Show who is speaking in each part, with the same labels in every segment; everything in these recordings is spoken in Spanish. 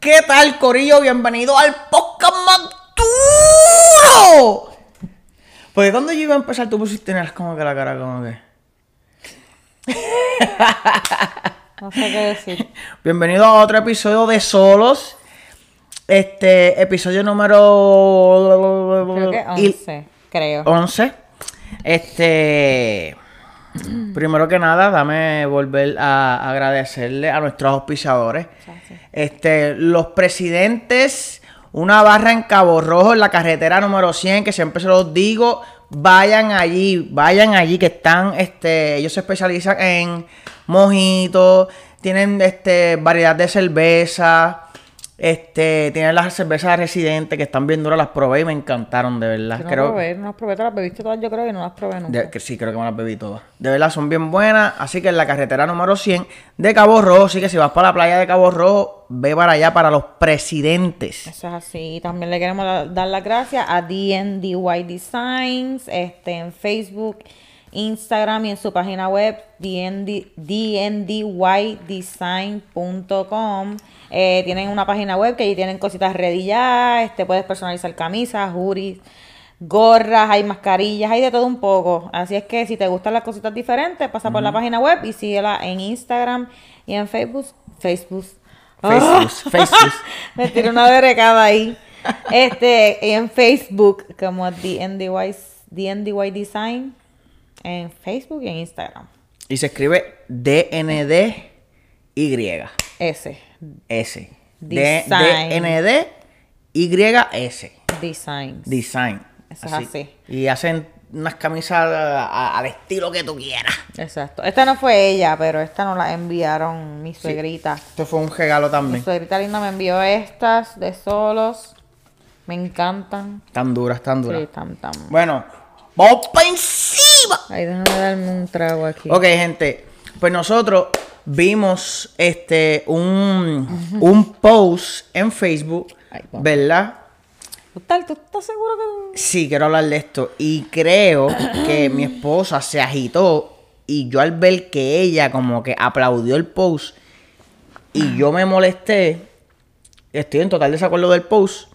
Speaker 1: ¿Qué tal, Corillo? Bienvenido al podcast más duro. Porque cuando Pues, yo iba a empezar, tú pusiste en el- como que la cara, como que.
Speaker 2: No sé qué decir.
Speaker 1: Bienvenido a otro episodio de Solos. Este, episodio número.
Speaker 2: Creo que
Speaker 1: y-
Speaker 2: 11, creo.
Speaker 1: 11. Este. Primero que nada, dame volver a agradecerle a nuestros auspiciadores.
Speaker 2: Gracias.
Speaker 1: Este, los presidentes, una barra en Cabo Rojo, en la carretera número 100, que siempre se los digo, vayan allí, vayan allí, que están, este, ellos se especializan en mojitos, tienen, este, variedad de cerveza, este, tienen las cervezas residentes que están bien duras, las probé y me encantaron, de verdad.
Speaker 2: Yo no
Speaker 1: Ah, creo,
Speaker 2: probé, no las probé, te las bebiste todas, yo creo, y no las probé nunca.
Speaker 1: de- que sí, creo que me las bebí todas. De verdad, son bien buenas. Así que en la carretera número 100 de Cabo Rojo. Así que si vas para la playa de Cabo Rojo, ve para allá para los presidentes.
Speaker 2: Eso es así. Y también le queremos la- dar las gracias a DNDY Designs, este, en Facebook, Instagram y en su página web DND dndydesign.com. Eh, tienen una página web que ahí tienen cositas ready ya. Este, puedes personalizar camisas, juris, gorras, hay mascarillas, hay de todo un poco. Así es que si te gustan las cositas diferentes, pasa por la página web y síguela en Instagram y en Facebook. Facebook. Ah.
Speaker 1: Facebook, Facebook.
Speaker 2: Me tiré una derecada ahí. Este, en Facebook, como DNDY, DNDY Design, en Facebook y en Instagram.
Speaker 1: Y se escribe DNDY.
Speaker 2: Ese,
Speaker 1: S. D-
Speaker 2: Design.
Speaker 1: DNDY-S.
Speaker 2: Design.
Speaker 1: Design.
Speaker 2: Eso es así.
Speaker 1: Y hacen unas camisas a- a- al estilo que tú quieras.
Speaker 2: Exacto. Esta no fue ella, pero esta nos la enviaron mi suegrita.
Speaker 1: Esto fue un regalo
Speaker 2: Mi
Speaker 1: también.
Speaker 2: suegrita linda me envió estas de solos. Me encantan.
Speaker 1: Tan duras, tan duras.
Speaker 2: Sí, tam, tam.
Speaker 1: Bueno, vamos para encima.
Speaker 2: Ay, déjame darme un trago aquí.
Speaker 1: Ok, gente. Pues nosotros vimos este un, un post en Facebook,
Speaker 2: Ay, papá.
Speaker 1: ¿verdad?
Speaker 2: ¿Tú estás- ¿Tú estás seguro que...?
Speaker 1: Sí, quiero hablar de esto. Y creo que mi esposa se agitó y yo al ver que ella como que aplaudió el post y yo me molesté, estoy en total desacuerdo del post,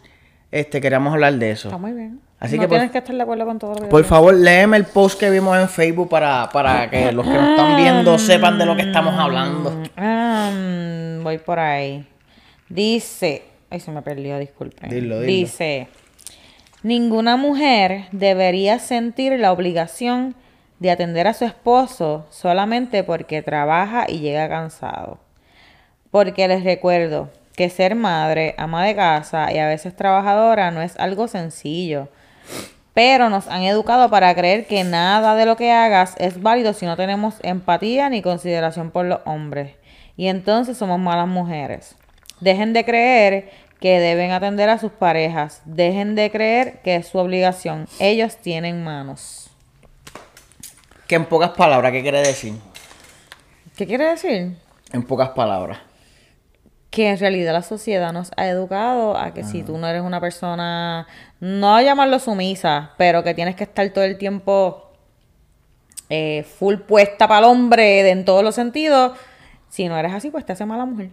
Speaker 1: este, queríamos hablar de eso.
Speaker 2: Está muy bien.
Speaker 1: Así
Speaker 2: no
Speaker 1: que por-
Speaker 2: tienes que estar de acuerdo con todo lo que yo
Speaker 1: Por favor, léeme el post que vimos en Facebook para, para que los que nos están viendo sepan de lo que estamos hablando.
Speaker 2: Am, Mm, ah, voy por ahí. Dice. Ay, se me perdió, disculpen.
Speaker 1: Dilo, dilo.
Speaker 2: Dice. Ninguna mujer debería sentir la obligación de atender a su esposo solamente porque trabaja y llega cansado. Porque les recuerdo que ser madre, ama de casa y a veces trabajadora no es algo sencillo. Pero nos han educado para creer que nada de lo que hagas es válido si no tenemos empatía ni consideración por los hombres. Y entonces somos malas mujeres. Dejen de creer que deben atender a sus parejas. Dejen de creer que es su obligación. Ellos tienen manos.
Speaker 1: Que en pocas palabras, ¿qué quiere decir?
Speaker 2: ¿Qué quiere decir?
Speaker 1: En pocas palabras.
Speaker 2: que en realidad la sociedad nos ha educado a que si tú no eres una persona, no llamarlo sumisa, pero que tienes que estar todo el tiempo eh, full puesta para el hombre de- en todos los sentidos, si no eres así, pues te hace mala mujer.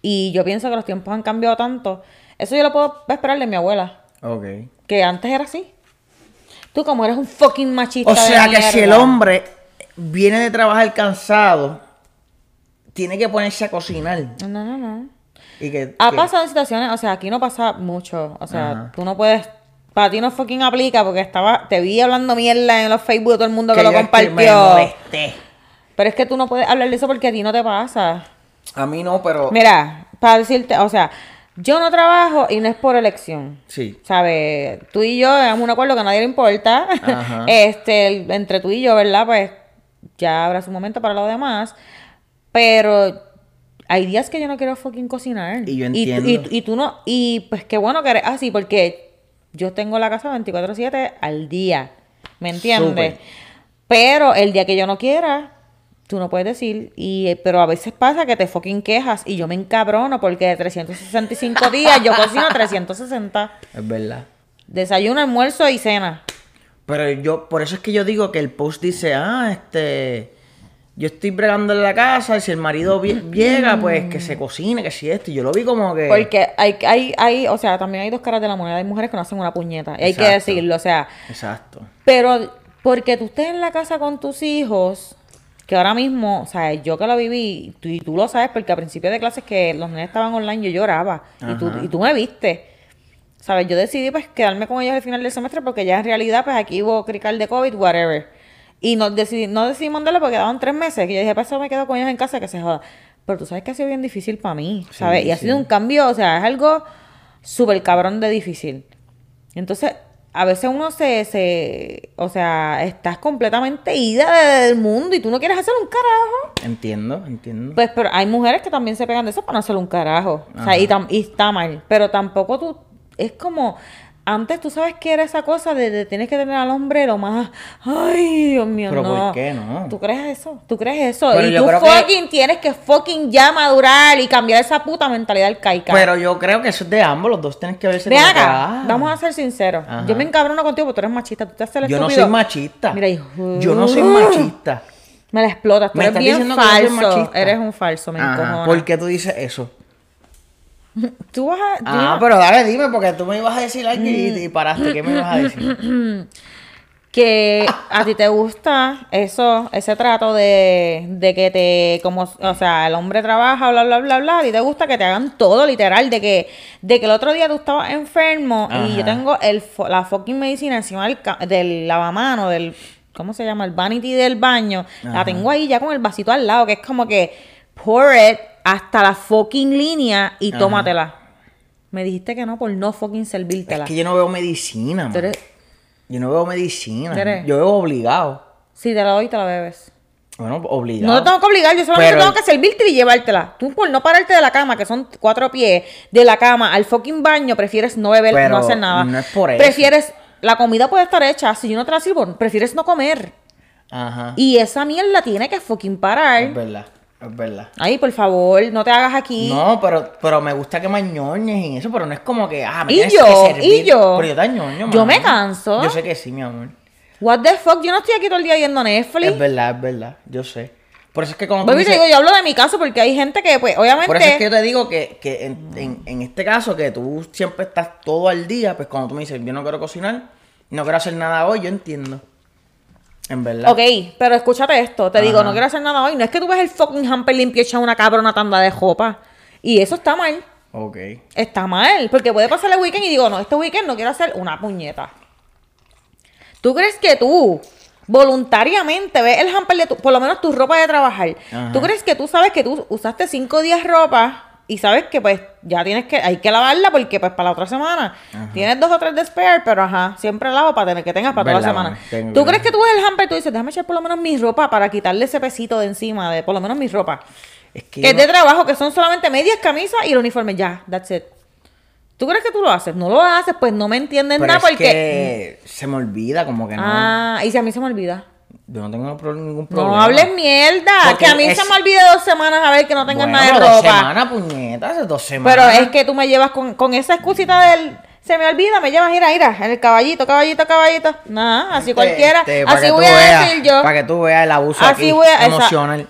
Speaker 2: Y yo pienso que los tiempos han cambiado tanto. Eso yo lo puedo esperar de mi abuela,
Speaker 1: Ok.
Speaker 2: que antes era así. Tú como eres un fucking machista.
Speaker 1: O
Speaker 2: de
Speaker 1: sea que si el
Speaker 2: mierda.
Speaker 1: hombre viene de trabajar cansado, tiene que ponerse a cocinar.
Speaker 2: No, no, no.
Speaker 1: Y que,
Speaker 2: Ha
Speaker 1: que-
Speaker 2: pasado en situaciones, o sea, aquí no pasa mucho. O sea,
Speaker 1: Ajá.
Speaker 2: tú no puedes. Para ti no fucking aplica porque estaba, te vi hablando mierda en los Facebook de todo el mundo que,
Speaker 1: que
Speaker 2: lo
Speaker 1: yo es que me
Speaker 2: compartió.
Speaker 1: molesté.
Speaker 2: Pero es que tú no puedes hablar de eso porque a ti no te pasa.
Speaker 1: A mí no, pero...
Speaker 2: Mira, para decirte, o sea, yo no trabajo y no es por elección.
Speaker 1: Sí.
Speaker 2: ¿Sabes? Tú y yo llegamos a un acuerdo que a nadie le importa.
Speaker 1: Ajá.
Speaker 2: este, el- entre tú y yo, ¿verdad? Pues ya habrá su momento para lo demás. Pero hay días que yo no quiero fucking cocinar.
Speaker 1: Y yo
Speaker 2: tú-
Speaker 1: entiendo.
Speaker 2: Y, tú- y tú no. Y pues qué bueno que eres así, porque yo tengo la casa 24-7 al día. ¿Me entiendes?
Speaker 1: Súper.
Speaker 2: Pero el día que yo no quiera, tú no puedes decir. Y, pero a veces pasa que te fucking quejas y yo me encabrono porque de 365 días yo cocino 360.
Speaker 1: Es verdad.
Speaker 2: Desayuno, almuerzo y cena.
Speaker 1: Pero yo, por eso es que yo digo que el post dice, ah, este, yo estoy bregando en la casa y si el marido vie- llega, pues que se cocine, que si esto. Y yo lo vi como que.
Speaker 2: Porque hay, hay, hay, o sea, también hay dos caras de la moneda. Hay mujeres que no hacen una puñeta. Y hay que
Speaker 1: Exacto.
Speaker 2: decirlo, o sea.
Speaker 1: Exacto.
Speaker 2: Pero porque tú estés en la casa con tus hijos, que ahora mismo, o sea, yo que lo viví, tú, y tú lo sabes, porque a principio de clases que los nenes estaban online, yo lloraba. Y tú,
Speaker 1: Ajá.
Speaker 2: y tú me viste. ¿Sabes? Yo decidí pues quedarme con ellos al final del semestre porque ya en realidad pues aquí hubo crical de COVID, whatever. Y no decidí, no decidí mandarlo porque quedaban tres meses. Y yo dije, pues eso me quedo con ellos en casa que se joda. Pero tú sabes que ha sido bien difícil para mí, ¿sabes? y ha
Speaker 1: sí.
Speaker 2: sido un cambio, o sea, es algo súper cabrón de difícil. Entonces, a veces uno se, se, o sea, estás completamente ida del mundo y tú no quieres hacer un carajo.
Speaker 1: Entiendo, entiendo.
Speaker 2: Pues, pero hay mujeres que también se pegan de eso para no hacer un carajo. O sea, y, tam- y está mal. Pero tampoco tú, es como, antes tú sabes que era esa cosa de, de tienes que tener al hombre lo más, ay, Dios mío,
Speaker 1: Pero
Speaker 2: no.
Speaker 1: ¿por qué no?
Speaker 2: ¿Tú crees eso? ¿Tú crees eso?
Speaker 1: Pero
Speaker 2: y
Speaker 1: yo
Speaker 2: tú
Speaker 1: creo que-
Speaker 2: fucking tienes que fucking ya madurar y cambiar esa puta mentalidad arcaica.
Speaker 1: Pero yo creo que eso es de ambos, los dos tienen que verse
Speaker 2: Ve
Speaker 1: como que,
Speaker 2: acá,
Speaker 1: ah,
Speaker 2: vamos a ser sinceros.
Speaker 1: Ajá.
Speaker 2: Yo me encabrono contigo porque tú eres machista. Tú te haces el
Speaker 1: Yo no
Speaker 2: estúpido.
Speaker 1: soy machista.
Speaker 2: Mira, hijo.
Speaker 1: Yo no soy machista.
Speaker 2: Me la explotas. Tú
Speaker 1: Me
Speaker 2: eres
Speaker 1: estás
Speaker 2: bien
Speaker 1: diciendo que yo soy
Speaker 2: falso.
Speaker 1: machista.
Speaker 2: Eres un falso, me
Speaker 1: Ajá,
Speaker 2: encojona.
Speaker 1: ¿Por qué tú dices eso?
Speaker 2: Tú vas a...
Speaker 1: Ah, pero dale, dime, porque tú me ibas a decir algo
Speaker 2: Mm.
Speaker 1: y, y paraste. ¿Qué me ibas a decir?
Speaker 2: Que a ti te gusta eso, ese trato de, de que te, como, o sea, el hombre trabaja, bla, bla, bla, bla, a ti te gusta que te hagan todo, literal, de que, de que el otro día tú estabas enfermo y yo
Speaker 1: Ajá.
Speaker 2: tengo el, fo- la fucking medicina encima del, ca- del lavamano, del, ¿cómo se llama? El vanity del baño, la tengo ahí ya con el vasito al lado, que es como que, pour it hasta la fucking línea y tómatela. Me dijiste que no por no fucking
Speaker 1: Es
Speaker 2: servírtela.
Speaker 1: que yo no veo medicina, man.
Speaker 2: Tú eres-
Speaker 1: Yo no veo medicina.
Speaker 2: Tere.
Speaker 1: Yo veo obligado.
Speaker 2: si te la doy, te la bebes.
Speaker 1: Bueno,
Speaker 2: No
Speaker 1: obligado.
Speaker 2: te tengo que obligar, yo solamente
Speaker 1: Pero-
Speaker 2: tengo que servirte y llevártela. Tú por no pararte de la cama, que son cuatro pies, de la cama al fucking baño, prefieres no beber,
Speaker 1: Pero
Speaker 2: no hacer nada.
Speaker 1: no es por eso.
Speaker 2: Prefieres, la comida puede estar hecha, si yo no te la sirvo, prefieres no comer.
Speaker 1: Ajá.
Speaker 2: Y esa mierda tiene que fucking
Speaker 1: Ah. Es
Speaker 2: parar.
Speaker 1: verdad, es verdad.
Speaker 2: Ay, por favor, no te hagas aquí.
Speaker 1: No, pero, pero me gusta que me añoñes en eso, pero no es como que, ah, me
Speaker 2: Y
Speaker 1: tienes
Speaker 2: yo,
Speaker 1: que servir.
Speaker 2: y yo.
Speaker 1: Pero yo te añoño,
Speaker 2: Yo
Speaker 1: mami.
Speaker 2: me canso.
Speaker 1: Yo sé que sí, mi amor.
Speaker 2: What the fuck, yo no estoy aquí todo el día viendo Netflix.
Speaker 1: Es verdad, es verdad, yo sé. Por eso es que cuando tú
Speaker 2: Baby, te
Speaker 1: dices-
Speaker 2: digo, yo hablo de mi caso porque hay gente que, pues, obviamente...
Speaker 1: Por eso es que yo te digo que, que
Speaker 2: Mm.
Speaker 1: en, en- en este caso, que tú siempre estás todo al día, pues cuando tú me dices, yo no quiero cocinar, no quiero hacer nada hoy, yo entiendo. En verdad.
Speaker 2: Ok, pero escúchate esto. Te digo,
Speaker 1: Ajá.
Speaker 2: no quiero hacer nada hoy. No es que tú ves el fucking hamper limpio echado una cabrona tanda de jopa. Y eso está mal.
Speaker 1: Ok.
Speaker 2: Está mal. Porque puede pasar el weekend y digo, no, este weekend no quiero hacer una puñeta. ¿Tú crees que tú voluntariamente ves el hamper de tu, por lo menos tu ropa de trabajar?
Speaker 1: Ajá.
Speaker 2: ¿Tú crees que tú sabes que tú usaste cinco días ropa y sabes que pues ya tienes que, hay que lavarla porque pues para la otra semana tienes dos o tres de spare, pero ajá, siempre lavo para tener que tengas para toda la
Speaker 1: Verdad,
Speaker 2: semana.
Speaker 1: mami, tengo
Speaker 2: ¿Tú
Speaker 1: que-
Speaker 2: crees que tú ves el hamper y tú dices, déjame echar por lo menos mi ropa para quitarle ese pesito de encima, de por lo menos mi ropa?
Speaker 1: Es que.
Speaker 2: Que
Speaker 1: yo
Speaker 2: es de trabajo, que son solamente medias, camisas y el uniforme. Ya, that's it. ¿Tú crees que tú lo haces? No lo haces, pues no me entiendes
Speaker 1: no- pero
Speaker 2: nada
Speaker 1: es
Speaker 2: porque... mm.
Speaker 1: que se me olvida, como que no.
Speaker 2: Ah, y si a mí se me olvida.
Speaker 1: Yo no tengo pro- ningún problema.
Speaker 2: No hables mierda.
Speaker 1: Porque
Speaker 2: que a mí
Speaker 1: es-
Speaker 2: se me olvida dos semanas a ver que no tengas
Speaker 1: Bueno,
Speaker 2: nada de
Speaker 1: pero
Speaker 2: ropa.
Speaker 1: Dos semanas, puñetas, hace dos
Speaker 2: Pero
Speaker 1: semanas.
Speaker 2: es que tú me llevas con, con esa excusita del... Se me olvida, me llevas, mira, mira, en el caballito, caballito, caballito. Nada, así
Speaker 1: Este,
Speaker 2: cualquiera.
Speaker 1: este, para
Speaker 2: así
Speaker 1: que
Speaker 2: voy
Speaker 1: tú
Speaker 2: a
Speaker 1: veas,
Speaker 2: decir yo.
Speaker 1: Para que tú veas el abuso
Speaker 2: Así
Speaker 1: aquí,
Speaker 2: voy a- esa-
Speaker 1: emocional.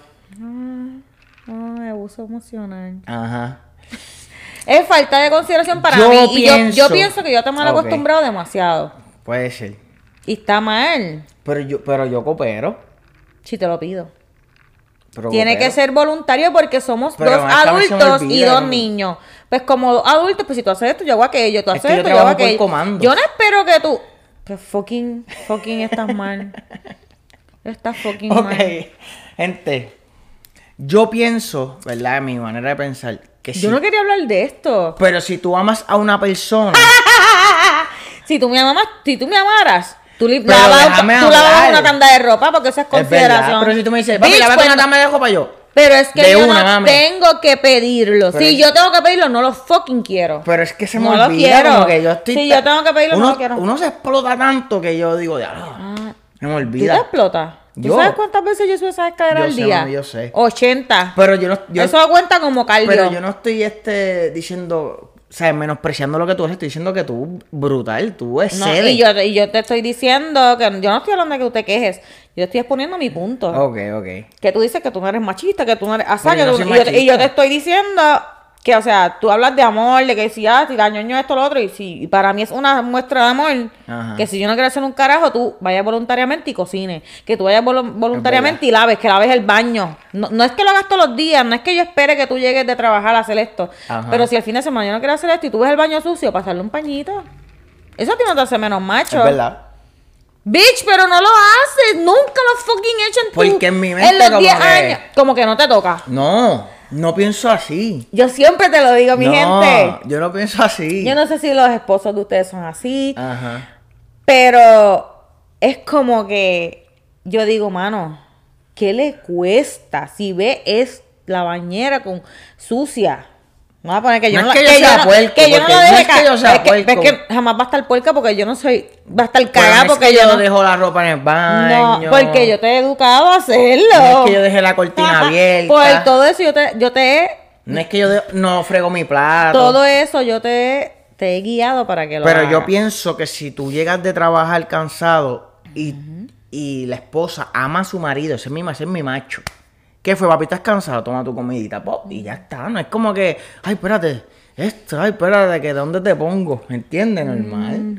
Speaker 2: Ay, abuso emocional.
Speaker 1: Ajá.
Speaker 2: Es falta de consideración para
Speaker 1: Yo
Speaker 2: mí. y yo- yo,
Speaker 1: pienso-
Speaker 2: pienso que yo te mal
Speaker 1: Ok.
Speaker 2: acostumbrado demasiado.
Speaker 1: Puede ser.
Speaker 2: Y está mal.
Speaker 1: Pero yo, pero yo coopero.
Speaker 2: Si te lo pido.
Speaker 1: pero
Speaker 2: Tiene
Speaker 1: coopero.
Speaker 2: que ser voluntario porque somos
Speaker 1: Pero
Speaker 2: dos
Speaker 1: a esta vez se me
Speaker 2: adultos y
Speaker 1: olvida,
Speaker 2: dos
Speaker 1: ¿no?
Speaker 2: niños. Pues como dos adultos, pues si tú haces esto, yo hago aquello, tú
Speaker 1: Es
Speaker 2: haces
Speaker 1: que yo
Speaker 2: esto, yo hago
Speaker 1: trabajo por
Speaker 2: aquello.
Speaker 1: comandos.
Speaker 2: Yo no espero que tú. Pues fucking, fucking estás mal. Estás fucking
Speaker 1: Ok,
Speaker 2: mal.
Speaker 1: gente. Yo pienso, ¿verdad? Mi manera de pensar, que sí.
Speaker 2: Yo no quería hablar de esto.
Speaker 1: Pero si tú amas a una persona,
Speaker 2: Ah, Si tú me amamas, si tú me amaras, tú li-
Speaker 1: Pero
Speaker 2: lavabas-
Speaker 1: déjame
Speaker 2: tú lavabas
Speaker 1: hablar.
Speaker 2: una tanda de ropa porque eso es
Speaker 1: es verdad.
Speaker 2: consideración.
Speaker 1: Pero si tú me dices, papi,
Speaker 2: Bitch,
Speaker 1: la
Speaker 2: pues,
Speaker 1: vacuna dame de para yo.
Speaker 2: Pero es que
Speaker 1: De
Speaker 2: yo
Speaker 1: una,
Speaker 2: no
Speaker 1: mami.
Speaker 2: tengo que pedirlo.
Speaker 1: Pero
Speaker 2: si
Speaker 1: es-
Speaker 2: yo tengo que pedirlo, no lo fucking quiero.
Speaker 1: Pero es que se me
Speaker 2: No lo
Speaker 1: olvida.
Speaker 2: quiero.
Speaker 1: como que yo estoy
Speaker 2: Si
Speaker 1: ta-
Speaker 2: yo tengo que pedirlo, no
Speaker 1: uno,
Speaker 2: lo quiero.
Speaker 1: Uno se explota tanto que yo digo, ya, no,
Speaker 2: Ah,
Speaker 1: se me
Speaker 2: ¿Tú te
Speaker 1: olvida.
Speaker 2: explotas? ¿Tú
Speaker 1: Yo.
Speaker 2: sabes cuántas veces yo subo esa escalera
Speaker 1: Yo
Speaker 2: al
Speaker 1: sé,
Speaker 2: día?
Speaker 1: mami, yo sé.
Speaker 2: 80.
Speaker 1: Pero yo no. yo-
Speaker 2: Eso cuenta como cardio.
Speaker 1: pero yo no estoy este, diciendo, o sea, menospreciando lo que tú haces, estoy diciendo que tú, brutal, tú
Speaker 2: No,
Speaker 1: excedes.
Speaker 2: y, yo, y yo te estoy diciendo que yo no estoy hablando de que tú te quejes. Yo estoy exponiendo mi punto.
Speaker 1: Ok, ok.
Speaker 2: Que tú dices que tú no eres machista, que tú no eres. o sea,
Speaker 1: Pero yo
Speaker 2: que
Speaker 1: no
Speaker 2: tú-
Speaker 1: soy
Speaker 2: y, yo te, y yo
Speaker 1: machista.
Speaker 2: te estoy diciendo que, o sea, tú hablas de amor, de que si ah, si la ñoño esto, lo otro, y si y para mí es una muestra de amor,
Speaker 1: Ajá.
Speaker 2: que si yo no quiero hacer un carajo, tú vayas voluntariamente y cocines, que tú vayas volu- voluntariamente y laves, que laves el baño. No, no es que lo hagas todos los días, no es que yo espere que tú llegues de trabajar a hacer esto,
Speaker 1: Ajá.
Speaker 2: pero si al fin de semana yo no quiero hacer esto y tú ves el baño sucio, pasarle un pañito. Eso a ti no te hace menos macho.
Speaker 1: Es verdad.
Speaker 2: Bitch, pero no lo haces. Nunca lo has fucking hecho en tu...
Speaker 1: Porque en mi mente
Speaker 2: los
Speaker 1: como
Speaker 2: 10
Speaker 1: que-
Speaker 2: años. Como que no te toca.
Speaker 1: No, no pienso así.
Speaker 2: Yo siempre te lo digo, mi
Speaker 1: no,
Speaker 2: gente.
Speaker 1: yo no pienso así.
Speaker 2: Yo no sé si los esposos de ustedes son así,
Speaker 1: Ah. Ajá.
Speaker 2: pero es como que yo digo, mano, ¿qué le cuesta si ve es la bañera con sucia? No va a poner que yo
Speaker 1: No
Speaker 2: no,
Speaker 1: es
Speaker 2: la-
Speaker 1: que yo sea
Speaker 2: no-
Speaker 1: puerco,
Speaker 2: que yo no
Speaker 1: porque
Speaker 2: la
Speaker 1: no
Speaker 2: deje
Speaker 1: es que yo
Speaker 2: ca-
Speaker 1: sea
Speaker 2: es que- es
Speaker 1: puerco.
Speaker 2: que jamás va a estar puerca porque yo no soy, va a estar
Speaker 1: Pero
Speaker 2: cagada
Speaker 1: no es
Speaker 2: porque
Speaker 1: que
Speaker 2: yo
Speaker 1: yo
Speaker 2: no-
Speaker 1: dejo la ropa en el
Speaker 2: No,
Speaker 1: baño.
Speaker 2: porque yo te he educado a hacerlo.
Speaker 1: No es que yo dejé la cortina abierta.
Speaker 2: Por todo eso yo te, yo te he,
Speaker 1: No es que yo de- no frego mi plato.
Speaker 2: todo eso yo te, he- te he guiado para que lo
Speaker 1: Pero
Speaker 2: hagas.
Speaker 1: yo pienso que si tú llegas de trabajar cansado y, y la esposa ama a su marido, ese es mi, ma- ese es mi macho. ¿Qué fue, papi? ¿Estás cansado? Toma tu comidita, pop, y ya está. No es como que, ay, espérate, esto, ay, espérate, que de dónde te pongo. ¿Entiendes? Normal.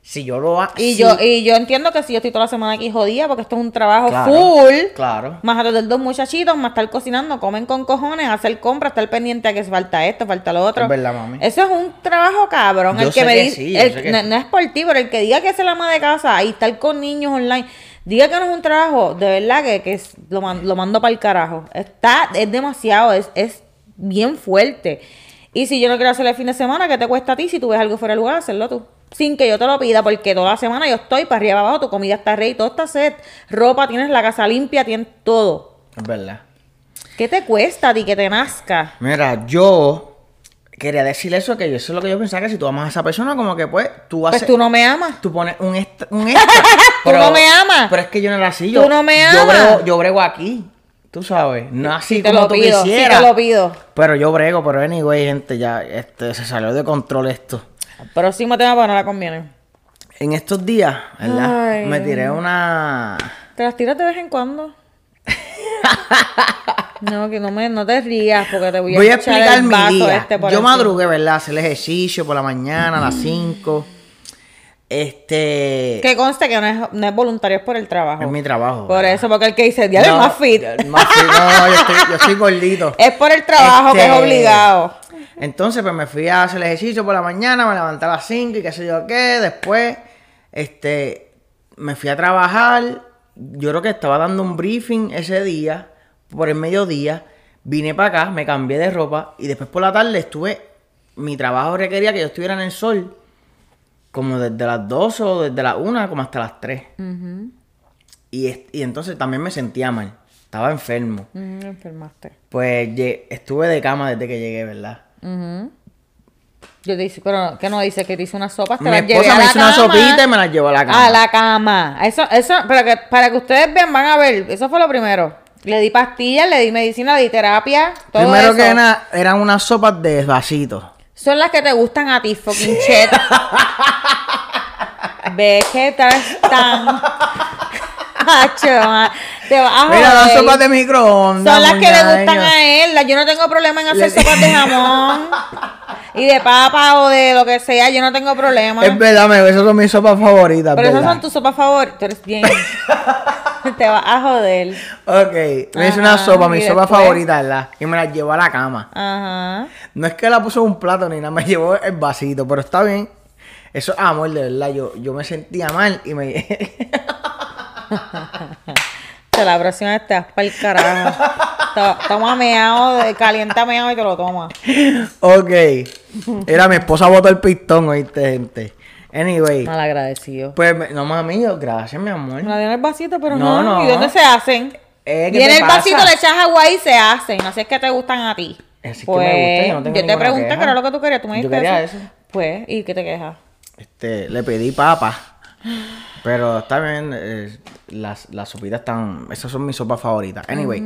Speaker 1: Si yo lo hago.
Speaker 2: Y, yo, y yo entiendo que si yo estoy toda la semana aquí jodida porque esto es un trabajo
Speaker 1: Claro,
Speaker 2: full.
Speaker 1: claro.
Speaker 2: Más a los dos muchachitos, más estar cocinando, comen con cojones, hacer compras, estar pendiente a que falta esto, falta lo otro.
Speaker 1: Es verdad, mami.
Speaker 2: Eso es un trabajo cabrón.
Speaker 1: Yo
Speaker 2: el que
Speaker 1: sé
Speaker 2: me
Speaker 1: que
Speaker 2: dice,
Speaker 1: sí, yo
Speaker 2: el-
Speaker 1: sé que
Speaker 2: no,
Speaker 1: sí.
Speaker 2: no es por ti, pero el que diga que es el ama de casa y estar con niños online, diga que no es un trabajo, de verdad que, que es- lo, man- lo mando para el carajo. Está, es demasiado, es, es bien fuerte. Y si yo no quiero hacer el fin de semana, ¿qué te cuesta a ti? Si tú ves algo fuera de lugar, hacerlo tú. Sin que yo te lo pida, porque toda la semana yo estoy para arriba abajo, tu comida está rey, todo está set, ropa, tienes la casa limpia, tienes todo.
Speaker 1: Es verdad.
Speaker 2: ¿Qué te cuesta a ti que te nazca?
Speaker 1: Mira, yo quería decir eso, que yo eso es lo que yo pensaba, que si tú amas a esa persona, como que pues, tú haces.
Speaker 2: Pues tú no me amas.
Speaker 1: Tú pones un extra. Un extra
Speaker 2: Tú no me amas.
Speaker 1: Pero es que yo no era así.
Speaker 2: Tú
Speaker 1: Yo,
Speaker 2: no me
Speaker 1: Yo
Speaker 2: amas.
Speaker 1: brego, yo brego aquí. Tú sabes. No así
Speaker 2: Si te
Speaker 1: como
Speaker 2: lo
Speaker 1: tú
Speaker 2: pido, si
Speaker 1: quisieras.
Speaker 2: te lo pido.
Speaker 1: Pero yo brego, pero anyway, gente, ya este, se salió de control esto.
Speaker 2: Próximo tema, pero no la conviene.
Speaker 1: En estos días, ¿verdad?
Speaker 2: Ay.
Speaker 1: Me tiré una.
Speaker 2: ¿Te las tiras de vez en cuando? no, que no, me, no te rías porque te voy a,
Speaker 1: Voy a
Speaker 2: echar
Speaker 1: explicar
Speaker 2: el
Speaker 1: mi
Speaker 2: vaso
Speaker 1: día.
Speaker 2: este por
Speaker 1: yo
Speaker 2: encima.
Speaker 1: madrugué, ¿verdad? Hacer ejercicio por la mañana, a las 5. Este.
Speaker 2: Que conste que no es, no es voluntario, es por el trabajo.
Speaker 1: Es mi trabajo.
Speaker 2: Por
Speaker 1: ¿verdad?
Speaker 2: eso, porque el que dice, día
Speaker 1: No,
Speaker 2: más fit.
Speaker 1: Más fit. No, no, yo estoy, yo estoy gordito.
Speaker 2: es por el trabajo que es
Speaker 1: Este,
Speaker 2: obligado.
Speaker 1: Entonces, pues me fui a hacer el ejercicio por la mañana, me levanté a las 5 y qué sé yo qué. Después, este, me fui a trabajar. Yo creo que estaba dando un briefing ese día, por el mediodía. Vine para acá, me cambié de ropa y después por la tarde estuve. Mi trabajo requería que yo estuviera en el sol como desde las 12 o desde las 1 como hasta las 3. y, es- y entonces también me sentía mal. Estaba enfermo.
Speaker 2: Mm, me enfermaste.
Speaker 1: Pues lle- estuve de cama desde que llegué, ¿verdad?
Speaker 2: Yo te dice, pero ¿qué no dice? Que te hice unas sopas, te
Speaker 1: Mi
Speaker 2: las llevé
Speaker 1: esposa
Speaker 2: a
Speaker 1: me
Speaker 2: la
Speaker 1: hizo una
Speaker 2: cama.
Speaker 1: sopita y me la llevó a la cama.
Speaker 2: A la cama. Eso, eso, para que, para que ustedes vean, van a ver. Eso fue lo primero. Le di pastillas, le di medicina, le di terapia. Todo
Speaker 1: Primero
Speaker 2: eso.
Speaker 1: que nada, eran unas sopas de vasitos.
Speaker 2: Son las que te gustan a ti, fucking chet. Ve que estás tan. Hacho, ma. te vas a
Speaker 1: Mira, las
Speaker 2: joder.
Speaker 1: sopas de microondas.
Speaker 2: Ah, Son las que le
Speaker 1: muñeño.
Speaker 2: gustan a él. Las- Yo no tengo problema en hacer
Speaker 1: Le-
Speaker 2: sopas de jamón y de papa o de lo que sea. Yo no tengo problema.
Speaker 1: Es verdad, me- esas son mis sopas favoritas.
Speaker 2: Pero esas
Speaker 1: ¿verdad?
Speaker 2: son tus sopas favoritas. Tú eres bien. te vas a joder.
Speaker 1: Ok, me hizo una
Speaker 2: Ajá,
Speaker 1: sopa,
Speaker 2: y
Speaker 1: mi sopa
Speaker 2: después-
Speaker 1: favorita, ¿verdad? Y me la llevó a la cama.
Speaker 2: Ajá.
Speaker 1: No es que la puso en un plato ni nada, me llevó el vasito, pero está bien. Eso es amor, de verdad. Yo, yo me sentía mal y me.
Speaker 2: Te la próxima vez te vas para el carajo. To- Toma meado, de- calienta meado y te lo tomas.
Speaker 1: ok. Era mi esposa botó el pistón, oíste, gente. Anyway.
Speaker 2: Ah. Malagradecido.
Speaker 1: Pues, me- no, mami, yo, gracias, mi amor.
Speaker 2: Me la dio en el vasito, pero
Speaker 1: No,
Speaker 2: no.
Speaker 1: no.
Speaker 2: ¿Y dónde se hacen?
Speaker 1: Eh, ¿qué
Speaker 2: y en
Speaker 1: te
Speaker 2: el
Speaker 1: pasa?
Speaker 2: vasito le echas agua y se hacen. Así es que te gustan a ti. Pues,
Speaker 1: Así que me gusta, yo no tengo
Speaker 2: te
Speaker 1: ninguna
Speaker 2: pregunté
Speaker 1: queja.
Speaker 2: qué era lo que tú querías. Tú me
Speaker 1: Yo
Speaker 2: dijiste
Speaker 1: quería eso.
Speaker 2: Pues, ¿y qué te quejas?
Speaker 1: Este, le pedí papa. Pero está bien, eh, las, las sopitas están. Esas son mis sopas favoritas. Anyway,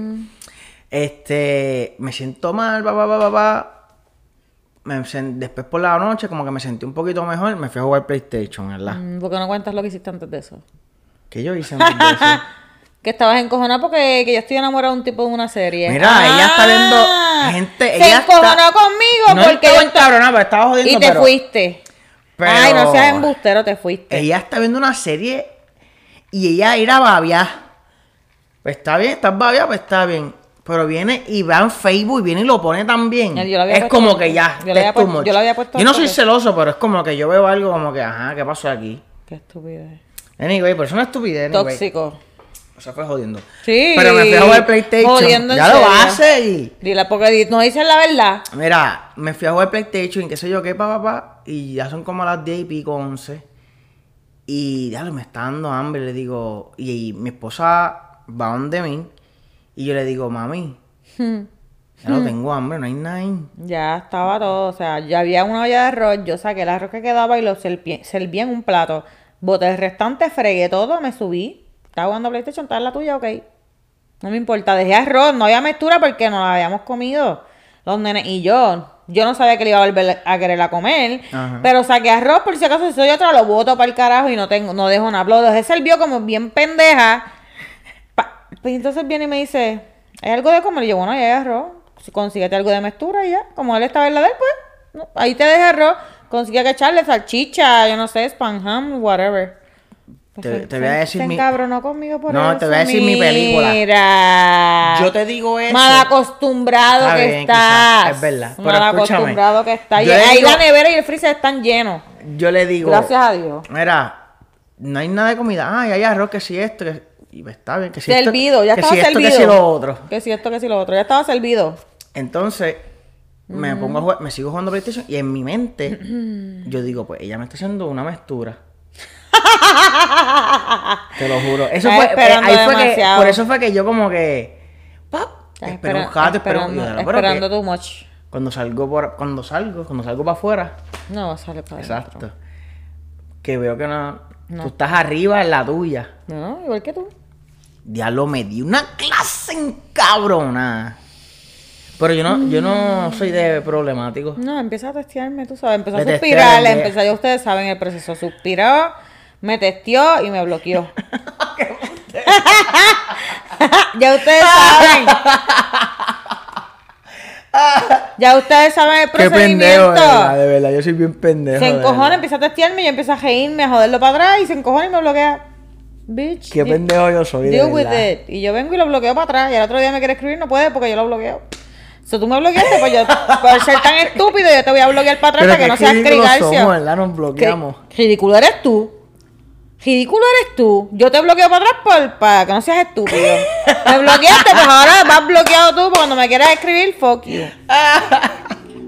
Speaker 1: este, me siento mal, papá, papá, papá. me sen- después por la noche, como que me sentí un poquito mejor, me fui a jugar PlayStation, ¿verdad?
Speaker 2: Mm, ¿Por qué no cuentas lo que hiciste antes de eso?
Speaker 1: Que yo hice antes de eso?
Speaker 2: Que estabas encojonada porque que yo estoy enamorada de un tipo de una serie. Ah,
Speaker 1: Mira, ella está viendo gente-
Speaker 2: Se
Speaker 1: ella está-
Speaker 2: encojonó conmigo
Speaker 1: No
Speaker 2: porque
Speaker 1: estaba
Speaker 2: yo-
Speaker 1: encabronada, pero estaba jodiendo.
Speaker 2: Y te
Speaker 1: pero-
Speaker 2: fuiste.
Speaker 1: pero-
Speaker 2: Ay, no seas embustero, te fuiste.
Speaker 1: Eh, Ella está viendo una serie y ella era babia. Pues está bien, estás babia, pues está bien. Pero viene y va en Facebook y viene y lo pone también.
Speaker 2: Yo lo había
Speaker 1: es
Speaker 2: puesto-
Speaker 1: como que ya.
Speaker 2: yo lo
Speaker 1: te
Speaker 2: había
Speaker 1: es too
Speaker 2: pu-
Speaker 1: much.
Speaker 2: yo lo había puesto
Speaker 1: Yo no soy
Speaker 2: porque-
Speaker 1: celoso, pero es como que yo veo algo como que, ajá, ¿qué pasó aquí?
Speaker 2: Qué estupidez.
Speaker 1: Anyway, pero eso no es estupidez, anyway.
Speaker 2: Tóxico.
Speaker 1: Se fue jodiendo.
Speaker 2: Sí.
Speaker 1: Pero me fui a jugar PlayStation.
Speaker 2: Jodiendo en
Speaker 1: ya lo
Speaker 2: serio.
Speaker 1: hace y.
Speaker 2: Dile, porque di- no dices la verdad.
Speaker 1: Mira, me fui a jugar PlayStation, qué sé yo qué, papá, papá, y ya son como las 10 y pico, 11. Y ya me está dando hambre, le digo, y, y mi esposa va donde mí, y yo le digo, mami,
Speaker 2: Hmm.
Speaker 1: ya no tengo hambre, no hay nada. ahí".
Speaker 2: Ya estaba todo, o sea, ya había una olla de arroz, yo saqué el arroz que quedaba y lo serví, serví en un plato. Boté el restante, fregué todo, me subí. Estaba jugando PlayStation, estaba en la tuya, ok. No me importa, dejé arroz, no había mezcla porque no la habíamos comido los nenes y yo. Yo no sabía que le iba a volver a quererla comer,
Speaker 1: Ajá.
Speaker 2: pero saqué arroz por si acaso si soy otra lo boto para el carajo y no tengo, no dejo nada. Lo dejé servido como bien pendeja. Pa- pues entonces viene y me dice, ¿hay algo de comer? Y yo, bueno, ahí hay arroz. Si- Consíguete algo de mestura y ya. Como él estaba en la de él, pues, no, ahí te deja arroz. Consigue que echarle salchicha, yo no sé, spam ham, whatever. Pues
Speaker 1: Te-
Speaker 2: se-
Speaker 1: te voy a
Speaker 2: se-
Speaker 1: decir
Speaker 2: se
Speaker 1: mi-
Speaker 2: encabronó conmigo por
Speaker 1: No,
Speaker 2: eso.
Speaker 1: te voy a decir mi película.
Speaker 2: Mira.
Speaker 1: Yo te digo eso.
Speaker 2: Mal acostumbrado
Speaker 1: Está
Speaker 2: que
Speaker 1: bien,
Speaker 2: estás.
Speaker 1: quizás, es verdad, pero
Speaker 2: Mal
Speaker 1: escúchame.
Speaker 2: acostumbrado que estás. Y
Speaker 1: Yo le
Speaker 2: ahí
Speaker 1: digo-
Speaker 2: la nevera y el freezer están llenos.
Speaker 1: Yo le digo,
Speaker 2: Gracias a Dios.
Speaker 1: mira, no hay nada de comida, ay, hay arroz, que si esto, que... Y pues, está bien, que si
Speaker 2: servido,
Speaker 1: esto,
Speaker 2: ya
Speaker 1: que
Speaker 2: estaba
Speaker 1: si esto,
Speaker 2: servido.
Speaker 1: que si lo otro.
Speaker 2: Que si esto, que si lo otro. Ya estaba servido.
Speaker 1: Entonces, me pongo a jugar, me sigo jugando PlayStation y en mi mente yo digo, pues ella me está haciendo una mezcla. Te lo juro. Eso
Speaker 2: Estás
Speaker 1: fue, pues,
Speaker 2: esperando
Speaker 1: ahí fue que,
Speaker 2: demasiado.
Speaker 1: por eso fue que yo como que pap,
Speaker 2: Estás
Speaker 1: espero un
Speaker 2: espera-
Speaker 1: jato, espero
Speaker 2: esperando,
Speaker 1: y yo, pero
Speaker 2: esperando
Speaker 1: que
Speaker 2: too much.
Speaker 1: cuando salgo por, cuando salgo, cuando salgo para afuera.
Speaker 2: No, sale para adentro.
Speaker 1: Exacto. Que veo que no,
Speaker 2: No.
Speaker 1: tú estás arriba en la tuya.
Speaker 2: No, igual que tú.
Speaker 1: Diablo, me di una clase en cabrona. Pero yo no, yo
Speaker 2: Mm.
Speaker 1: no soy de problemático.
Speaker 2: No, empieza a testearme, tú sabes. Empezó a
Speaker 1: Me testearon,
Speaker 2: suspirar,
Speaker 1: ya.
Speaker 2: empezó, ya ustedes saben el proceso. Suspiró, me testeó y me bloqueó. ya ustedes saben. ya ustedes saben el
Speaker 1: Qué pendejo,
Speaker 2: procedimiento.
Speaker 1: de verdad, de verdad, yo soy bien pendejo.
Speaker 2: se
Speaker 1: de
Speaker 2: encojona,
Speaker 1: verdad.
Speaker 2: empieza a testearme y yo empiezo a reírme, a joderlo para atrás y se encojona y me bloquea. Bitch.
Speaker 1: Qué
Speaker 2: di-
Speaker 1: pendejo yo soy, de
Speaker 2: Deal with
Speaker 1: verdad.
Speaker 2: it. Y yo vengo y lo bloqueo para atrás. Y al otro día me quiere escribir, no puede porque yo lo bloqueo. Si tú me bloqueaste, pues yo, por ser tan estúpido, yo te voy a bloquear para atrás
Speaker 1: Pero
Speaker 2: para que
Speaker 1: qué
Speaker 2: no seas
Speaker 1: ridículos somos,
Speaker 2: crigarcio.
Speaker 1: ¿verdad? Nos bloqueamos.
Speaker 2: Ridículo eres tú. Ridículo eres tú. Yo te bloqueo para atrás por- para que no seas estúpido. Me bloqueaste, pues ahora vas bloqueado tú porque cuando me quieras escribir, fuck you.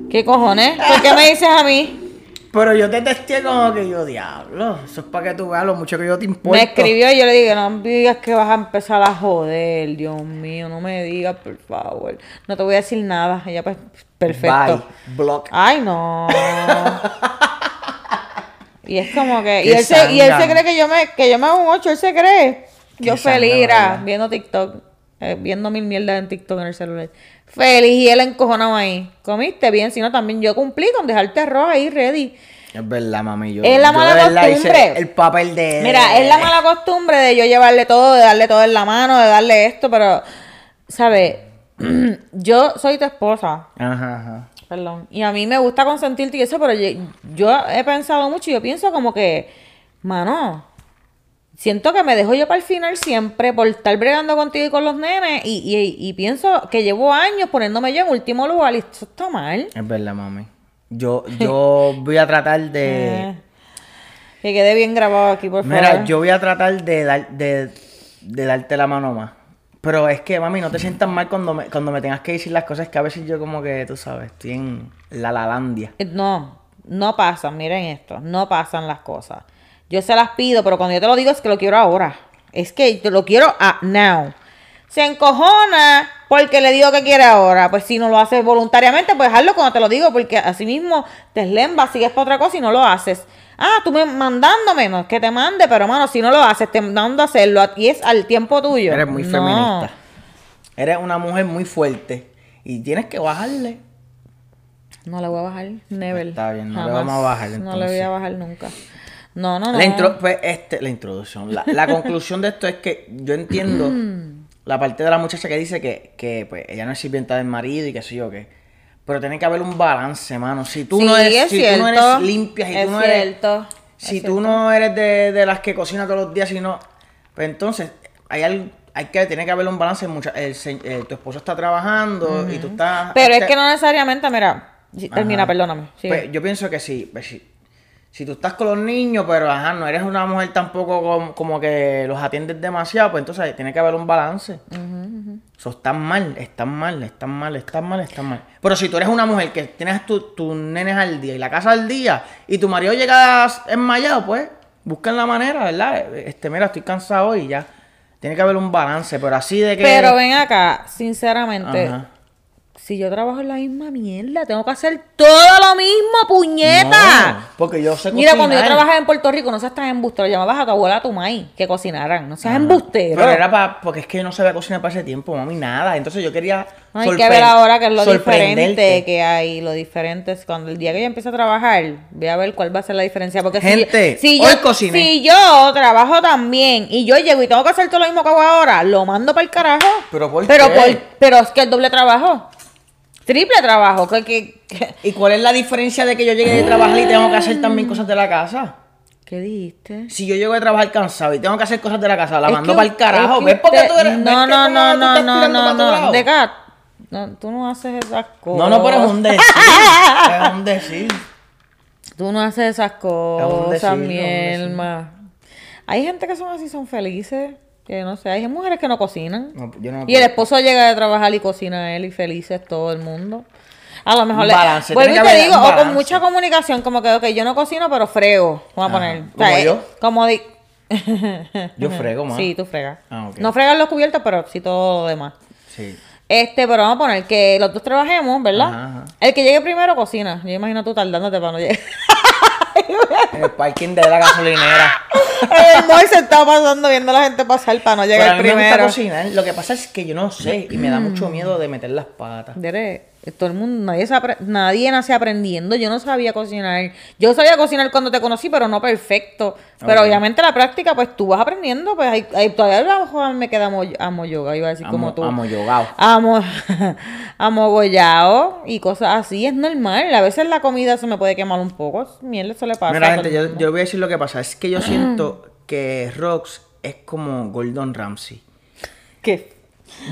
Speaker 2: ¿Qué cojones? ¿Por qué me dices a mí?
Speaker 1: Pero yo te testé como que yo, diablo, eso es para que tú veas lo mucho que yo te importo.
Speaker 2: Me escribió y yo le dije, no me digas que vas a empezar a joder, Dios mío, no me digas, por favor. No te voy a decir nada. Ella, pues, perfecto.
Speaker 1: Bye, block.
Speaker 2: Ay, no. y es como que. Y
Speaker 1: Qué
Speaker 2: él, se, y él se
Speaker 1: zángano.
Speaker 2: cree que yo me, que yo me hago un 8, él se cree. Yo
Speaker 1: Qué zángano,
Speaker 2: feliz, era,
Speaker 1: ¿verdad?
Speaker 2: viendo TikTok, eh, viendo mil mierdas en TikTok en el celular. Feliz y él encojonado ahí. Comiste bien, si no también yo cumplí con dejarte arroz ahí ready.
Speaker 1: Es verdad, mami. Yo,
Speaker 2: Es la
Speaker 1: yo
Speaker 2: mala
Speaker 1: de verdad hice
Speaker 2: costumbre.
Speaker 1: El papel de.
Speaker 2: Mira, es la
Speaker 1: Eh,
Speaker 2: mala costumbre de yo llevarle todo, de darle todo en la mano, de darle esto, pero, ¿sabes? yo soy tu esposa,
Speaker 1: Ajá, ajá.
Speaker 2: perdón, y a mí me gusta consentirte y eso, pero yo, yo he pensado mucho y yo pienso como que, mano, siento que me dejo yo para el final siempre por estar bregando contigo y con los nenes y, y- y pienso que llevo años poniéndome yo en último lugar y esto está mal.
Speaker 1: Es verdad, mami. Yo, yo voy a tratar de.
Speaker 2: Eh, que quede bien grabado aquí, por favor.
Speaker 1: Mira, yo voy a tratar de, dar- de, de darte la mano más. Pero es que, mami, no te sientas mal cuando me, cuando me tengas que decir las cosas que a veces yo como que, tú sabes, estoy en la lalandia.
Speaker 2: Eh, No, no pasan, miren esto, no pasan las cosas. Yo se las pido, pero cuando yo te lo digo es que lo quiero ahora. Es que te lo quiero a now. Se encojona porque le digo que quiere ahora. Pues si no lo haces voluntariamente, pues hazlo cuando te lo digo, porque así mismo te eslemba, sigues para otra cosa y no lo haces. Ah, tú me mandándome, no es que te mande, pero mano, si no lo haces, te mando a hacerlo y es al tiempo tuyo.
Speaker 1: Eres muy
Speaker 2: No.
Speaker 1: feminista. Eres una mujer muy fuerte. Y tienes que bajarle.
Speaker 2: No le voy a bajar, never.
Speaker 1: Está bien, no le
Speaker 2: Jamás.
Speaker 1: vamos a bajar,
Speaker 2: No le voy
Speaker 1: entonces.
Speaker 2: a bajar nunca. No, no, no.
Speaker 1: La, intro- pues, este, la introducción. La, la conclusión de esto es que yo entiendo la parte de la muchacha que dice que, que, pues, ella no es sirvienta del marido y qué sé yo qué. Pero tiene que haber un balance, mano. Si tú,
Speaker 2: Sí,
Speaker 1: no, eres,
Speaker 2: es
Speaker 1: si tú no
Speaker 2: cierto.
Speaker 1: eres limpia, si
Speaker 2: Es
Speaker 1: tú no eres.
Speaker 2: cierto, es
Speaker 1: Si tú
Speaker 2: cierto.
Speaker 1: no eres de, de las que cocina todos los días, sino. Pues entonces, hay algo. Hay que, tiene que haber un balance. mucha- el se- eh, tu esposo está trabajando y tú estás.
Speaker 2: Pero es
Speaker 1: este-
Speaker 2: que no necesariamente, mira. sí, Termina,
Speaker 1: Ajá.
Speaker 2: perdóname. sigue.
Speaker 1: Pues, yo pienso que sí. pues, sí. Si tú estás con los niños, pero ajá, no eres una mujer tampoco como, como que los atiendes demasiado, pues entonces tiene que haber un balance. So, están mal, están mal, están mal, están mal, están mal. Pero si tú eres una mujer que tienes tu- tus nenes al día y la casa al día y tu marido llega enmayado, pues buscan la manera, ¿verdad? Este, mira, estoy cansado y ya. Tiene que haber un balance, pero así de que.
Speaker 2: Pero ven acá, sinceramente.
Speaker 1: Ajá.
Speaker 2: Si yo trabajo en la misma mierda, tengo que hacer todo lo mismo, puñeta.
Speaker 1: No, porque yo sé
Speaker 2: Mira, cuando yo
Speaker 1: cocinar.
Speaker 2: trabajaba en Puerto Rico, no seas tan embustero. Llamabas a tu abuela, a tu maíz, que cocinaran. No seas embustero.
Speaker 1: Pero era para. Porque es que yo no sabía cocinar para ese tiempo, mami, nada. Entonces yo quería.
Speaker 2: No, hay que
Speaker 1: sorpre-
Speaker 2: ver ahora que es lo
Speaker 1: sorprenderte.
Speaker 2: diferente que hay, lo diferente es cuando el día que yo empiece a trabajar, voy a ver cuál va a ser la diferencia. Porque si-
Speaker 1: Gente,
Speaker 2: si,
Speaker 1: hoy
Speaker 2: yo,
Speaker 1: cociné.
Speaker 2: si yo trabajo también y yo llego y tengo que hacer todo lo mismo que hago ahora, lo mando para el carajo.
Speaker 1: ¿Pero por
Speaker 2: pero,
Speaker 1: qué?
Speaker 2: pero es que el doble trabajo, triple trabajo, que, que- que-
Speaker 1: ¿Y cuál es la diferencia de que yo llegue de trabajar y tengo que hacer también cosas de la casa?
Speaker 2: ¿Qué dijiste?
Speaker 1: Si yo llego de trabajar cansado y tengo que hacer cosas de la casa, la
Speaker 2: Es
Speaker 1: mando
Speaker 2: que
Speaker 1: para el
Speaker 2: usted-
Speaker 1: carajo.
Speaker 2: es que
Speaker 1: ¿Ves por qué
Speaker 2: usted-
Speaker 1: tú eres.? ves
Speaker 2: No,
Speaker 1: que
Speaker 2: no,
Speaker 1: tú
Speaker 2: no,
Speaker 1: tú estás
Speaker 2: no, no,
Speaker 1: tirando
Speaker 2: no,
Speaker 1: para todos
Speaker 2: no,
Speaker 1: lados?
Speaker 2: de cat. No, tú no haces esas cosas.
Speaker 1: No, no, pero es un decir. es un decir.
Speaker 2: Tú no haces esas cosas,
Speaker 1: decirlo,
Speaker 2: mi
Speaker 1: es un
Speaker 2: alma. Hay gente que son así, son felices. Que no sé, hay mujeres que no cocinan.
Speaker 1: No, yo no
Speaker 2: y el esposo llega de trabajar y cocina a él y felices todo el mundo. A lo mejor
Speaker 1: Un
Speaker 2: le.
Speaker 1: balance,
Speaker 2: Vuelvo y
Speaker 1: tiene que
Speaker 2: te
Speaker 1: haber
Speaker 2: digo,
Speaker 1: un
Speaker 2: o con
Speaker 1: balance.
Speaker 2: mucha comunicación, como que, ok, yo no cocino, pero frego. Vamos a
Speaker 1: Ajá,
Speaker 2: poner. O sea,
Speaker 1: ¿como
Speaker 2: eh,
Speaker 1: yo?
Speaker 2: Como di-
Speaker 1: Yo frego, más.
Speaker 2: Sí, tú fregas.
Speaker 1: Ah, ok.
Speaker 2: No fregas los cubiertos, pero sí todo lo demás.
Speaker 1: Sí.
Speaker 2: Este, pero vamos a poner que los dos trabajemos, ¿verdad?
Speaker 1: Ajá, ajá.
Speaker 2: El que llegue primero cocina. Yo imagino tú tardándote para no llegar.
Speaker 1: En el parking de la gasolinera.
Speaker 2: El boy se está pasando viendo a la gente pasar para no
Speaker 1: Pero a
Speaker 2: llegar
Speaker 1: mí me gusta
Speaker 2: primero. Mm.
Speaker 1: cocinar. Lo que pasa es que yo no sé y me da mucho miedo de meter las patas.
Speaker 2: Dere, todo el mundo, nadie, se apre- nadie nace aprendiendo. Yo no sabía cocinar. Yo sabía cocinar cuando te conocí, pero no perfecto. Pero
Speaker 1: Ok.
Speaker 2: obviamente la práctica, pues tú vas aprendiendo. Pues hay, hay- todavía a lo mejor me queda amo, amo yoga, iba a decir como
Speaker 1: Amo-
Speaker 2: tú.
Speaker 1: amo yogao.
Speaker 2: Amo, amogollado y cosas así. Es normal. A veces la comida se me puede quemar un poco. Mierda, eso le pasa.
Speaker 1: Mira,
Speaker 2: a todo
Speaker 1: gente,
Speaker 2: el
Speaker 1: yo,
Speaker 2: mundo.
Speaker 1: yo voy a decir lo que pasa. Es que yo siento que Rox es como Gordon Ramsay.
Speaker 2: ¿Qué?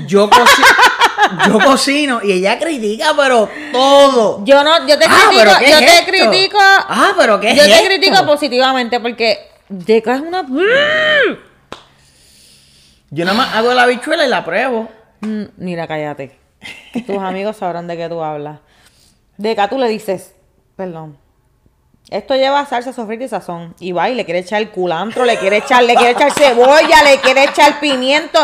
Speaker 1: Yo, coci- yo cocino y ella critica, pero todo.
Speaker 2: Yo no, yo te
Speaker 1: Ah,
Speaker 2: critico,
Speaker 1: pero ¿qué
Speaker 2: yo
Speaker 1: es
Speaker 2: te
Speaker 1: esto?
Speaker 2: critico.
Speaker 1: Ah, pero ¿qué es
Speaker 2: Yo te
Speaker 1: esto?
Speaker 2: critico positivamente porque Deca es una.
Speaker 1: Yo nada más hago la bichuela y la pruebo.
Speaker 2: Mm, Mira, cállate. Tus amigos sabrán de qué tú hablas. Deca, tú le dices, perdón. Esto lleva salsa, sofrito y sazón. Y va y le quiere echar culantro, le quiere echar, le quiere echar cebolla, le quiere echar pimiento.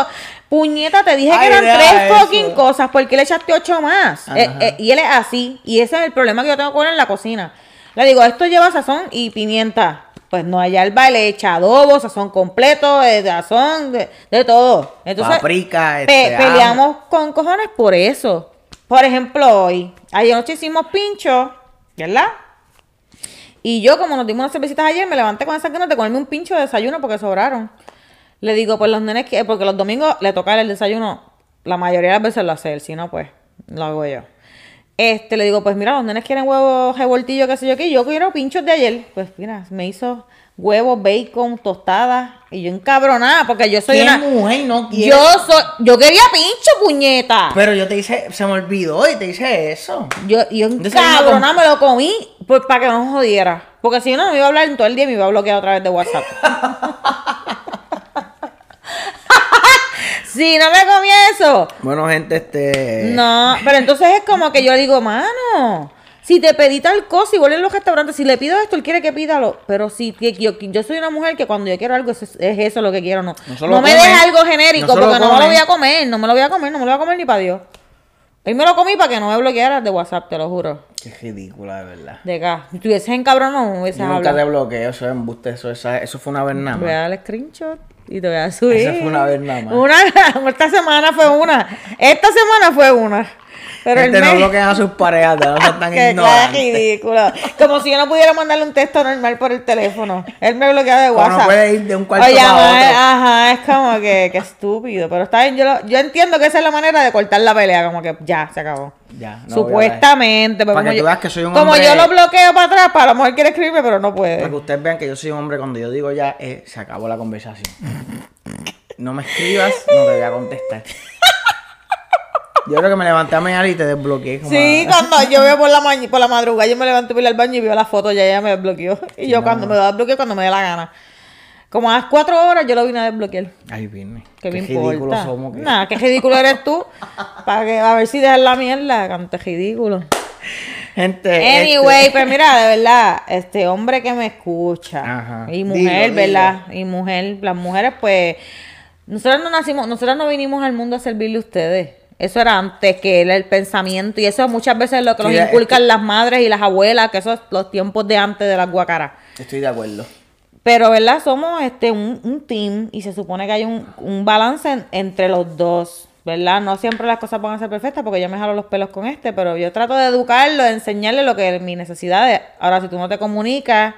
Speaker 2: Puñeta, te dije que
Speaker 1: Ay,
Speaker 2: eran
Speaker 1: deja
Speaker 2: tres
Speaker 1: eso.
Speaker 2: fucking cosas. ¿Por qué le echaste ocho más?
Speaker 1: Ajá.
Speaker 2: Eh, eh, y él es así. Y ese es el problema que yo tengo con él en la cocina. Le digo, esto lleva sazón y pimienta. Pues no, allá el baile echa adobo, sazón completo, eh, sazón, de, de todo. Entonces,
Speaker 1: Paprika,
Speaker 2: pe-
Speaker 1: este,
Speaker 2: peleamos con cojones por eso. Por ejemplo, hoy, ayer noche hicimos pincho, ¿verdad? Y yo, como nos dimos unas cervecitas ayer, me levanté con esa ganas de comerme un pincho de desayuno porque sobraron. Le digo, pues los nenes, que, porque los domingos le toca el desayuno, la mayoría de las veces lo hace él, si no, pues lo hago yo. Este, le digo, pues mira, los nenes quieren huevos revoltillos, qué sé yo qué, y yo quiero pinchos de ayer. Pues mira, me hizo huevos, bacon, tostadas, y yo encabronada, porque yo soy
Speaker 1: ¿Qué
Speaker 2: una...
Speaker 1: mujer no quiere?
Speaker 2: Yo soy, yo quería pincho, puñeta.
Speaker 1: Pero yo te hice, se me olvidó y te hice eso.
Speaker 2: Yo, yo en
Speaker 1: Entonces, ahí no
Speaker 2: cabrona me lo comí pues, para que no jodiera. Porque si no, me iba a hablar en todo el día y me iba a bloquear otra vez de WhatsApp. si no me comí eso.
Speaker 1: Bueno, gente, este.
Speaker 2: No, pero entonces es como que yo le digo, mano, si te pedí tal cosa, igual en los restaurantes, si le pido esto, él quiere que pídalo. Pero si que- yo, yo soy una mujer que cuando yo quiero algo, eso es, es eso lo que quiero, no.
Speaker 1: No
Speaker 2: No,
Speaker 1: se lo
Speaker 2: me
Speaker 1: come.
Speaker 2: dejes algo genérico,
Speaker 1: No se lo
Speaker 2: porque no me lo
Speaker 1: come.
Speaker 2: voy a comer, no me lo voy a comer, no me lo voy a comer ni para Dios. Él me lo comí para que no me bloquearas de WhatsApp, te lo juro.
Speaker 1: Qué ridícula, de verdad.
Speaker 2: De acá. Si estuvieses en cabrón, no me hubieses
Speaker 1: Yo nunca
Speaker 2: hablado.
Speaker 1: te bloqueo, eso es embuste, eso, esa- eso fue una vez nada
Speaker 2: Te voy a
Speaker 1: más.
Speaker 2: dar el screenshot y te voy a subir.
Speaker 1: Esa fue una vez nada más.
Speaker 2: Una, esta semana fue una. Esta semana fue una. Pero el
Speaker 1: Gente, Este no
Speaker 2: men-
Speaker 1: bloquean a sus parejas, no sean tan
Speaker 2: Que claro,
Speaker 1: ignorantes.
Speaker 2: ridículo. Como si yo no pudiera mandarle un texto normal por el teléfono. Él me bloquea de
Speaker 1: Como no
Speaker 2: WhatsApp.
Speaker 1: puede ir de un cuarto
Speaker 2: O
Speaker 1: para
Speaker 2: llamar,
Speaker 1: otro.
Speaker 2: Ajá, es como que, que estúpido. Pero está bien, yo, lo- yo entiendo que esa es la manera de cortar la pelea, como que ya, se acabó.
Speaker 1: Ya, no voy a hablar.
Speaker 2: Supuestamente. pero
Speaker 1: Para que
Speaker 2: como
Speaker 1: tú
Speaker 2: yo-
Speaker 1: veas que soy un
Speaker 2: Como
Speaker 1: hombre-
Speaker 2: yo lo bloqueo para atrás, para a lo mejor quiere escribirme, pero no
Speaker 1: Para que
Speaker 2: puede.
Speaker 1: ustedes vean que yo soy un hombre, cuando yo digo ya, eh, se acabó la conversación. No me escribas, no te voy a contestar. Yo creo que me levanté a mañana y te desbloqueé. Como
Speaker 2: Sí, cuando yo veo por la, maña- por la madrugada, yo me levanto para ir al baño y veo la foto, ya ella me desbloqueó. Y yo cuando me desbloqueo, cuando me dé la gana. Como a las cuatro horas, yo lo vine a desbloquear.
Speaker 1: Ay, viernes.
Speaker 2: ¿Qué, me
Speaker 1: ridículos
Speaker 2: importa?
Speaker 1: somos. que-
Speaker 2: Nah, qué ridículo eres tú. Para que, a ver si dejas la mierda, cante ridículo.
Speaker 1: Gente. este-
Speaker 2: Anyway, pues mira, de verdad, este hombre que me escucha.
Speaker 1: Ajá.
Speaker 2: Y mujer,
Speaker 1: Dilo,
Speaker 2: ¿verdad? Y mujer, las mujeres, pues. Nosotros no nacimos, nosotros no vinimos al mundo a servirle a ustedes. Eso era antes que era el pensamiento. Y eso muchas veces es lo que nos
Speaker 1: Sí, es
Speaker 2: inculcan las madres y las abuelas, que esos los tiempos de antes de las guacaras.
Speaker 1: Estoy de acuerdo.
Speaker 2: Pero, ¿verdad? Somos este un, un team y se supone que hay un, un balance en- entre los dos, ¿verdad? No siempre las cosas van a ser perfectas porque yo me jalo los pelos con este, pero yo trato de educarlo, de enseñarle lo que mis necesidades. Ahora, si tú no te comunicas,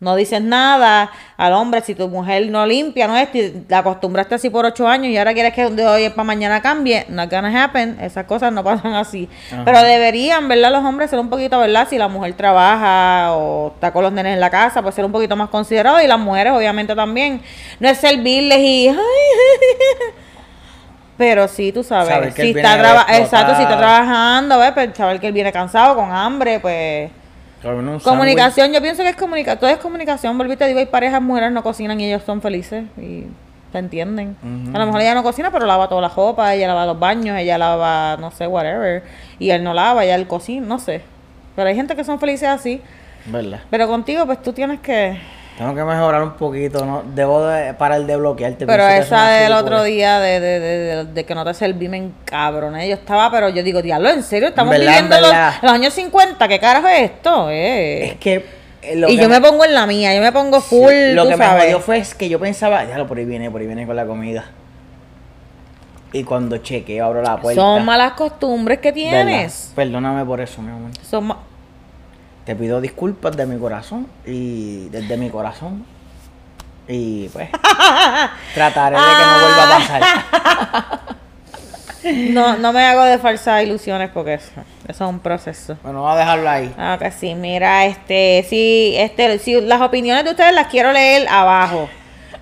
Speaker 2: no dices nada al hombre, si tu mujer no limpia, no es, y la acostumbraste así por ocho años y ahora quieres que de hoy para mañana cambie, no gonna happen, esas cosas no pasan así. Pero deberían, ¿verdad? Los hombres ser un poquito, ¿verdad? Si la mujer trabaja o está con los nenes en la casa, pues ser un poquito más considerado y las mujeres obviamente también. No es servirles y... ay, Pero sí, tú sabes,
Speaker 1: Saber que
Speaker 2: si
Speaker 1: él viene
Speaker 2: está, traba-
Speaker 1: explotado.
Speaker 2: exacto, si está trabajando, ¿ves? Pero saber que él viene cansado, con hambre, pues...
Speaker 1: Comerme un sándwich.
Speaker 2: Comunicación, yo pienso que es comunicación, todo es comunicación. Volví, te digo, hay parejas, mujeres no cocinan y ellos son felices y te entienden. A lo mejor ella no cocina, pero lava toda la ropa, ella lava los baños, ella lava, no sé, whatever. Y él no lava, ella él cocina, no sé. Pero hay gente que son felices así.
Speaker 1: ¿Verdad?
Speaker 2: Pero contigo, pues tú tienes que...
Speaker 1: Tengo que mejorar un poquito, ¿no? Debo de parar de bloquearte.
Speaker 2: Pero
Speaker 1: pienso que es
Speaker 2: esa
Speaker 1: una
Speaker 2: del
Speaker 1: ridícula.
Speaker 2: otro día de, de, de, de- de que no te serví, me encabroné. Yo estaba, pero yo digo, diablo, ¿en serio? Estamos
Speaker 1: ¿Verdad,
Speaker 2: viviendo los,
Speaker 1: verdad?
Speaker 2: los años 50, ¿qué carajo es esto? Eh.
Speaker 1: Es que. eh, lo
Speaker 2: y
Speaker 1: que
Speaker 2: yo me pongo en la mía, yo me pongo full,
Speaker 1: lo
Speaker 2: tú
Speaker 1: que
Speaker 2: sabes.
Speaker 1: me jodió fue es que yo pensaba, ya lo por ahí viene, por ahí viene con la comida. Y cuando chequeo, abro la puerta.
Speaker 2: Son malas costumbres que
Speaker 1: ¿verdad?
Speaker 2: tienes.
Speaker 1: Perdóname por eso, mi amor.
Speaker 2: Son ma-
Speaker 1: Te pido disculpas de mi corazón y desde mi corazón. Y pues, trataré de que no vuelva a
Speaker 2: Ah.
Speaker 1: pasar.
Speaker 2: no, no me hago de falsas ilusiones porque eso, eso es un proceso.
Speaker 1: Bueno, vamos a dejarlo ahí.
Speaker 2: Ah, que sí, mira, este, sí, este, sí, las opiniones de ustedes las quiero leer abajo.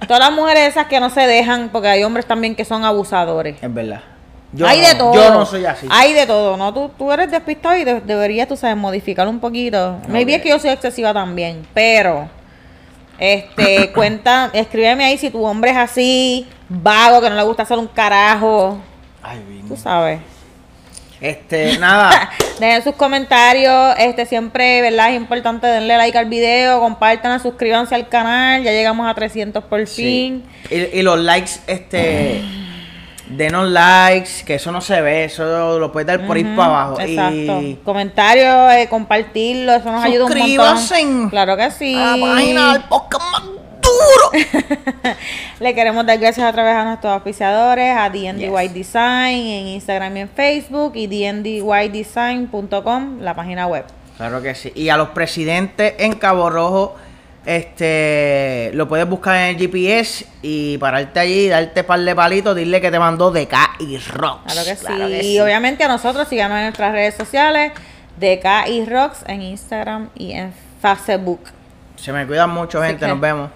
Speaker 2: Todas las mujeres esas que no se dejan, porque hay hombres también que son abusadores.
Speaker 1: Es verdad. Yo
Speaker 2: hay
Speaker 1: no,
Speaker 2: de todo.
Speaker 1: Yo no soy así.
Speaker 2: Hay de todo, ¿no? Tú, tú eres despistado y de- deberías, tú sabes, modificar un poquito. Me Maybe
Speaker 1: Ok.
Speaker 2: es que yo soy excesiva también, pero... Este, cuenta, escríbeme ahí si tu hombre es así, vago, que no le gusta hacer un carajo.
Speaker 1: Ay, bien.
Speaker 2: Tú sabes.
Speaker 1: Este, nada.
Speaker 2: Dejen sus comentarios, este siempre, ¿verdad? Es importante denle like al video, compartan, suscríbanse al canal, ya llegamos a 300 por
Speaker 1: Sí.
Speaker 2: fin.
Speaker 1: Y, y los likes, este. Denos likes, que eso no se ve, eso lo puedes dar por ir para abajo.
Speaker 2: Exacto.
Speaker 1: Y
Speaker 2: Comentarios, eh, compartirlo, eso nos ayuda un montón.
Speaker 1: Suscríbanse.
Speaker 2: Claro que sí.
Speaker 1: a la página del podcast más duro.
Speaker 2: Le queremos dar gracias a través a nuestros auspiciadores, a D&D White Design en Instagram y en Facebook y dndydesign.com, la página web.
Speaker 1: Claro que sí. Y a los presidentes en Cabo Rojo, este, lo puedes buscar en el GPS y pararte allí, darte par de palitos, dile que te mandó DK y Rocks.
Speaker 2: Claro que sí. Y obviamente a nosotros síganos en nuestras redes sociales, DK y Rocks en Instagram y en Facebook.
Speaker 1: Se me cuidan mucho,
Speaker 2: Así
Speaker 1: gente.
Speaker 2: que-
Speaker 1: Nos vemos.